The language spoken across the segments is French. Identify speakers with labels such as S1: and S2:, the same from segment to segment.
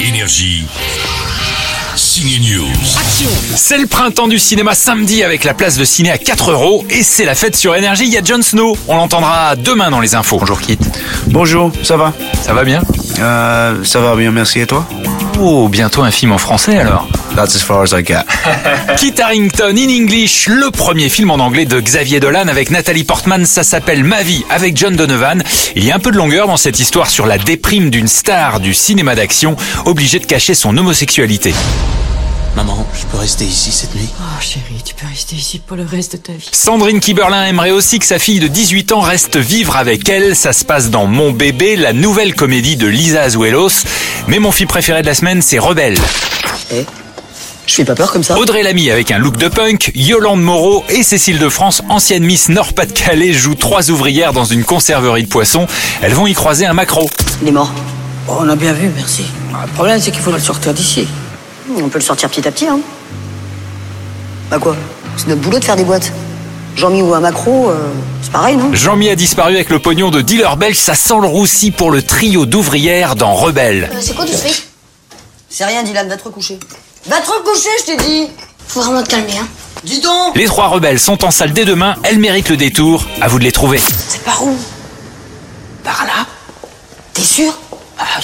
S1: Énergie. Signe News.
S2: C'est le printemps du cinéma samedi avec la place de ciné à 4 euros et c'est la fête sur énergie. Il y a Jon Snow. On l'entendra demain dans les infos. Bonjour Kit.
S3: Bonjour, ça va
S2: Ça va bien
S3: Euh, ça va bien, merci et toi
S2: Oh, bientôt un film en français alors.
S3: That's as far as I get.
S2: Kit Harrington in English, le premier film en anglais de Xavier Dolan avec Nathalie Portman. Ça s'appelle Ma vie avec John Donovan. Il y a un peu de longueur dans cette histoire sur la déprime d'une star du cinéma d'action obligée de cacher son homosexualité.
S4: Maman, je peux rester ici cette nuit
S5: Oh chérie, tu peux rester ici pour le reste de ta vie.
S2: Sandrine Kiberlin aimerait aussi que sa fille de 18 ans reste vivre avec elle. Ça se passe dans Mon bébé, la nouvelle comédie de Lisa Azuelos. Mais mon film préféré de la semaine, c'est Rebelle.
S5: Je fais pas peur comme ça
S2: Audrey Lamy avec un look de punk, Yolande Moreau et Cécile de France, ancienne Miss Nord-Pas-de-Calais, jouent trois ouvrières dans une conserverie de poissons. Elles vont y croiser un maquereau.
S5: Il est mort. on a bien vu, merci. Le problème, c'est qu'il faudra le sortir d'ici.
S6: On peut le sortir petit à petit, hein. Bah quoi C'est notre boulot de faire des boîtes. Jean-Mi ou un macro, euh, c'est pareil, non
S2: Jean-Mi a disparu avec le pognon de dealer belge, ça sent le roussi pour le trio d'ouvrières dans Rebelle.
S7: C'est quoi tout ce fric
S6: C'est rien, Dylan, va te recoucher. Va te recoucher, je t'ai dit
S7: Faut vraiment te calmer, hein.
S6: Dis donc
S2: Les trois rebelles sont en salle dès demain, elles méritent le détour, à vous de les trouver.
S6: C'est par où Par là T'es sûr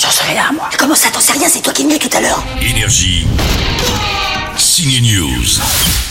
S6: J'en sais rien, moi. Comment ça, t'en sais rien C'est toi qui es venu tout à l'heure
S1: Énergie. Signe News.